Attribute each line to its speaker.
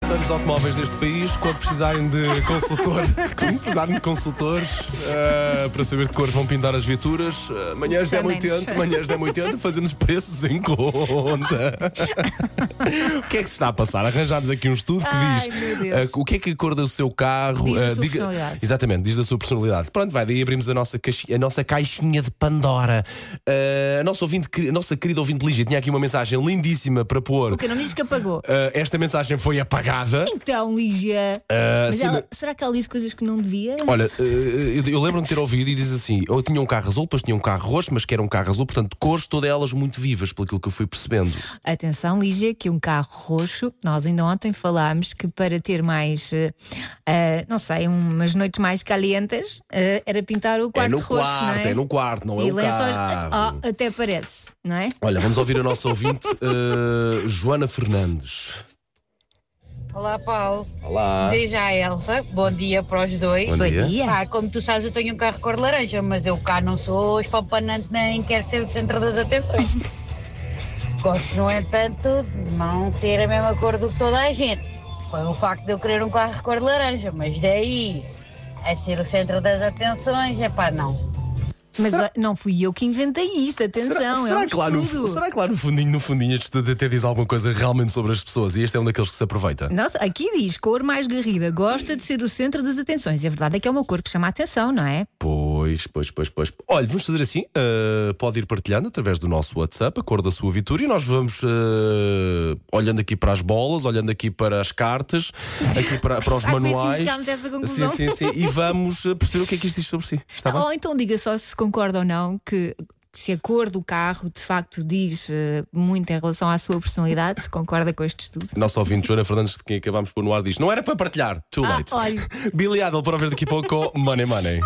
Speaker 1: fabricantes de automóveis deste país, quando precisarem de consultor, quando precisarem de consultores ah, para saber de cor vão pintar as viaturas, ah, manhãs de
Speaker 2: Chamem-nos.
Speaker 1: 80, manhãs de 80, é fazemos preços em conta. o que é que se está a passar? Arranjámos aqui um estudo que
Speaker 2: Ai,
Speaker 1: diz
Speaker 2: meu Deus.
Speaker 1: ah, o que é que a cor do seu carro
Speaker 2: Diz da
Speaker 1: ah,
Speaker 2: sua personalidade.
Speaker 1: Exatamente, diz da sua personalidade. Pronto, vai, daí abrimos a nossa, caixi- a nossa caixinha de Pandora. Ah, a, nossa ouvinte, que- a nossa querida ouvinte Lígia tinha aqui uma mensagem lindíssima para pôr.
Speaker 2: O que não me diz que apagou.
Speaker 1: Ah, esta mensagem foi apagada.
Speaker 2: Então, Lígia.
Speaker 1: Ah,
Speaker 2: mas
Speaker 1: sim,
Speaker 2: ela- será que ela disse coisas que não devia?
Speaker 1: Olha, eh, eu eu lembro-me de ter ouvido e diz assim: eu tinha um carro azul, depois tinha um carro roxo, mas que era um carro azul, portanto, cores todas elas muito vivas, pelo aquilo que eu fui percebendo.
Speaker 2: Atenção, Lígia, que um carro roxo, nós ainda ontem falámos que para ter mais, eh, ah, não sei, umas noites mais calientes, eh, era pintar o quarto
Speaker 1: é no
Speaker 2: roxo,
Speaker 1: quarto,
Speaker 2: não é?
Speaker 1: é no quarto, não
Speaker 2: e
Speaker 1: é o
Speaker 2: lençóis,
Speaker 1: carro.
Speaker 2: Oh, até parece, não é?
Speaker 1: Olha, vamos ouvir a nossa ouvinte, eh, Joana Fernandes.
Speaker 3: Olá, Paulo.
Speaker 1: Olá.
Speaker 3: Diz à Elsa, bom dia para os dois.
Speaker 1: Bom dia.
Speaker 3: Pá, como tu sabes, eu tenho um carro cor laranja, mas eu cá não sou espampanante nem quero ser o centro das atenções. Gosto, no entanto, de não ter a mesma cor do que toda a gente. Foi o facto de eu querer um carro cor laranja, mas daí a ser o centro das atenções, é pá, não.
Speaker 2: Mas ó, não fui eu que inventei isto, atenção, é um
Speaker 1: que lá no,
Speaker 2: estudo.
Speaker 1: será que lá no fundinho, no fundinho, este estudo até diz alguma coisa realmente sobre as pessoas e este é um daqueles que se aproveita?
Speaker 2: Nossa, aqui diz cor mais garrida, gosta de ser o centro das atenções. E a verdade é que é uma cor que chama a atenção, não é?
Speaker 1: Pois, pois, pois, pois. Olha, vamos fazer assim. eh, pode ir partilhando através do nosso WhatsApp a cor da sua vitória e nós vamos eh, olhando aqui para as bolas, olhando aqui para as cartas, aqui para, para os
Speaker 2: Ah, foi assim que
Speaker 1: manuais.
Speaker 2: chegámos a essa conclusão.
Speaker 1: Sim, sim, sim. E vamos eh, perceber o que é que isto diz sobre si. Está bem?
Speaker 2: Ou então diga só se concorda ou não que se a cor do carro de facto diz eh, muito em relação à sua personalidade, se concorda com este estudo.
Speaker 1: Nosso ouvinte Joana Fernandes, de quem acabámos de pôr no ar, diz: Não era para partilhar. Too
Speaker 2: Ah,
Speaker 1: late.
Speaker 2: olha.
Speaker 1: Billy Idol para ver daqui a pouco. Money, money.